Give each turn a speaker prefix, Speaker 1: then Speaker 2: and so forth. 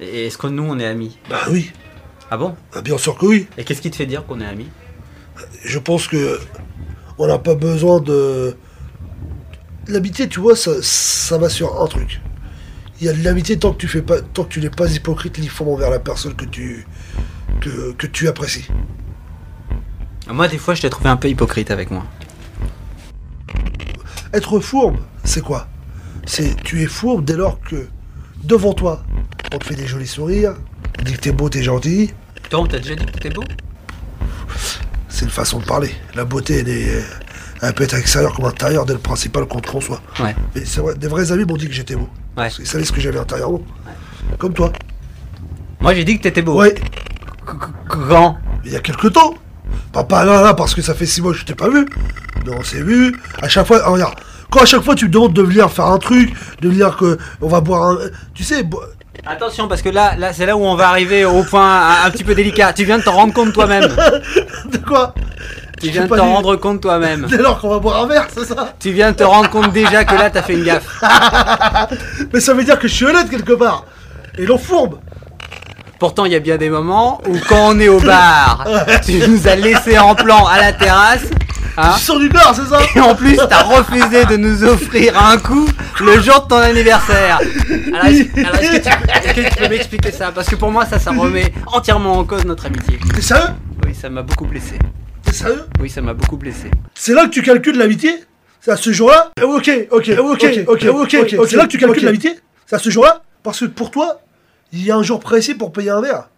Speaker 1: Et Est-ce que nous, on est amis
Speaker 2: Bah oui,
Speaker 1: Ah bon
Speaker 2: bah bien sûr que oui.
Speaker 1: Et qu'est-ce qui te fait dire qu'on est amis
Speaker 2: Je pense que on n'a pas besoin de. L'amitié, tu vois, ça, ça va sur un truc. Il y a de l'amitié tant que tu fais pas, tant que tu n'es pas hypocrite ni faux envers la personne que tu que, que tu apprécies.
Speaker 1: Moi, des fois, je t'ai trouvé un peu hypocrite avec moi.
Speaker 2: Être fourbe, c'est quoi C'est tu es fourbe dès lors que devant toi, on te fait des jolis sourires, on dit que t'es beau, t'es gentil.
Speaker 1: Toi, on t'a déjà dit que t'étais beau
Speaker 2: C'est une façon de parler. La beauté, elle est, elle peut être extérieure comme intérieure dès le principal qu'on te conçoit.
Speaker 1: Ouais.
Speaker 2: Mais c'est vrai, des vrais amis m'ont dit que j'étais beau.
Speaker 1: Ouais.
Speaker 2: Ils savaient ce que j'avais intérieurement. Comme toi.
Speaker 1: Moi, j'ai dit que t'étais beau.
Speaker 2: Ouais,
Speaker 1: Qu- qu- Quand
Speaker 2: mais il y a quelque temps. Pas, pas là, là, parce que ça fait six mois que je t'ai pas vu. Mais on s'est vu. À chaque fois, ah, regarde. Quand à chaque fois tu me demandes de venir faire un truc, de venir que on va boire un. Tu sais, bo-
Speaker 1: Attention, parce que là, là c'est là où on va arriver au point un, un petit peu délicat. Tu viens de t'en rendre compte toi-même.
Speaker 2: de quoi
Speaker 1: Tu
Speaker 2: Je
Speaker 1: viens
Speaker 2: t'ai
Speaker 1: de
Speaker 2: pas
Speaker 1: t'en
Speaker 2: dit.
Speaker 1: rendre compte toi-même.
Speaker 2: Dès lors qu'on va boire un verre, c'est ça
Speaker 1: Tu viens de te rendre compte déjà que là, t'as fait une gaffe.
Speaker 2: Mais ça veut dire que je suis honnête quelque part. Et l'on fourbe.
Speaker 1: Pourtant, il y a bien des moments où, quand on est au bar, tu nous as laissé en plan à la terrasse. Hein
Speaker 2: Tu sors du nord, c'est ça
Speaker 1: et en plus, t'as refusé de nous offrir un coup le jour de ton anniversaire. Alors, est-ce alors, est-ce que tu peux, est-ce que tu peux m'expliquer ça Parce que pour moi, ça, ça remet entièrement en cause notre amitié.
Speaker 2: T'es sérieux
Speaker 1: Oui, ça m'a beaucoup blessé.
Speaker 2: T'es sérieux
Speaker 1: Oui, ça m'a beaucoup blessé.
Speaker 2: C'est là que tu calcules l'amitié C'est à ce jour-là Eh, Ok, ok, ok, ok, ok, ok. C'est là que tu calcules l'amitié C'est à ce jour-là Parce que pour toi, il y a un jour précis pour payer un verre.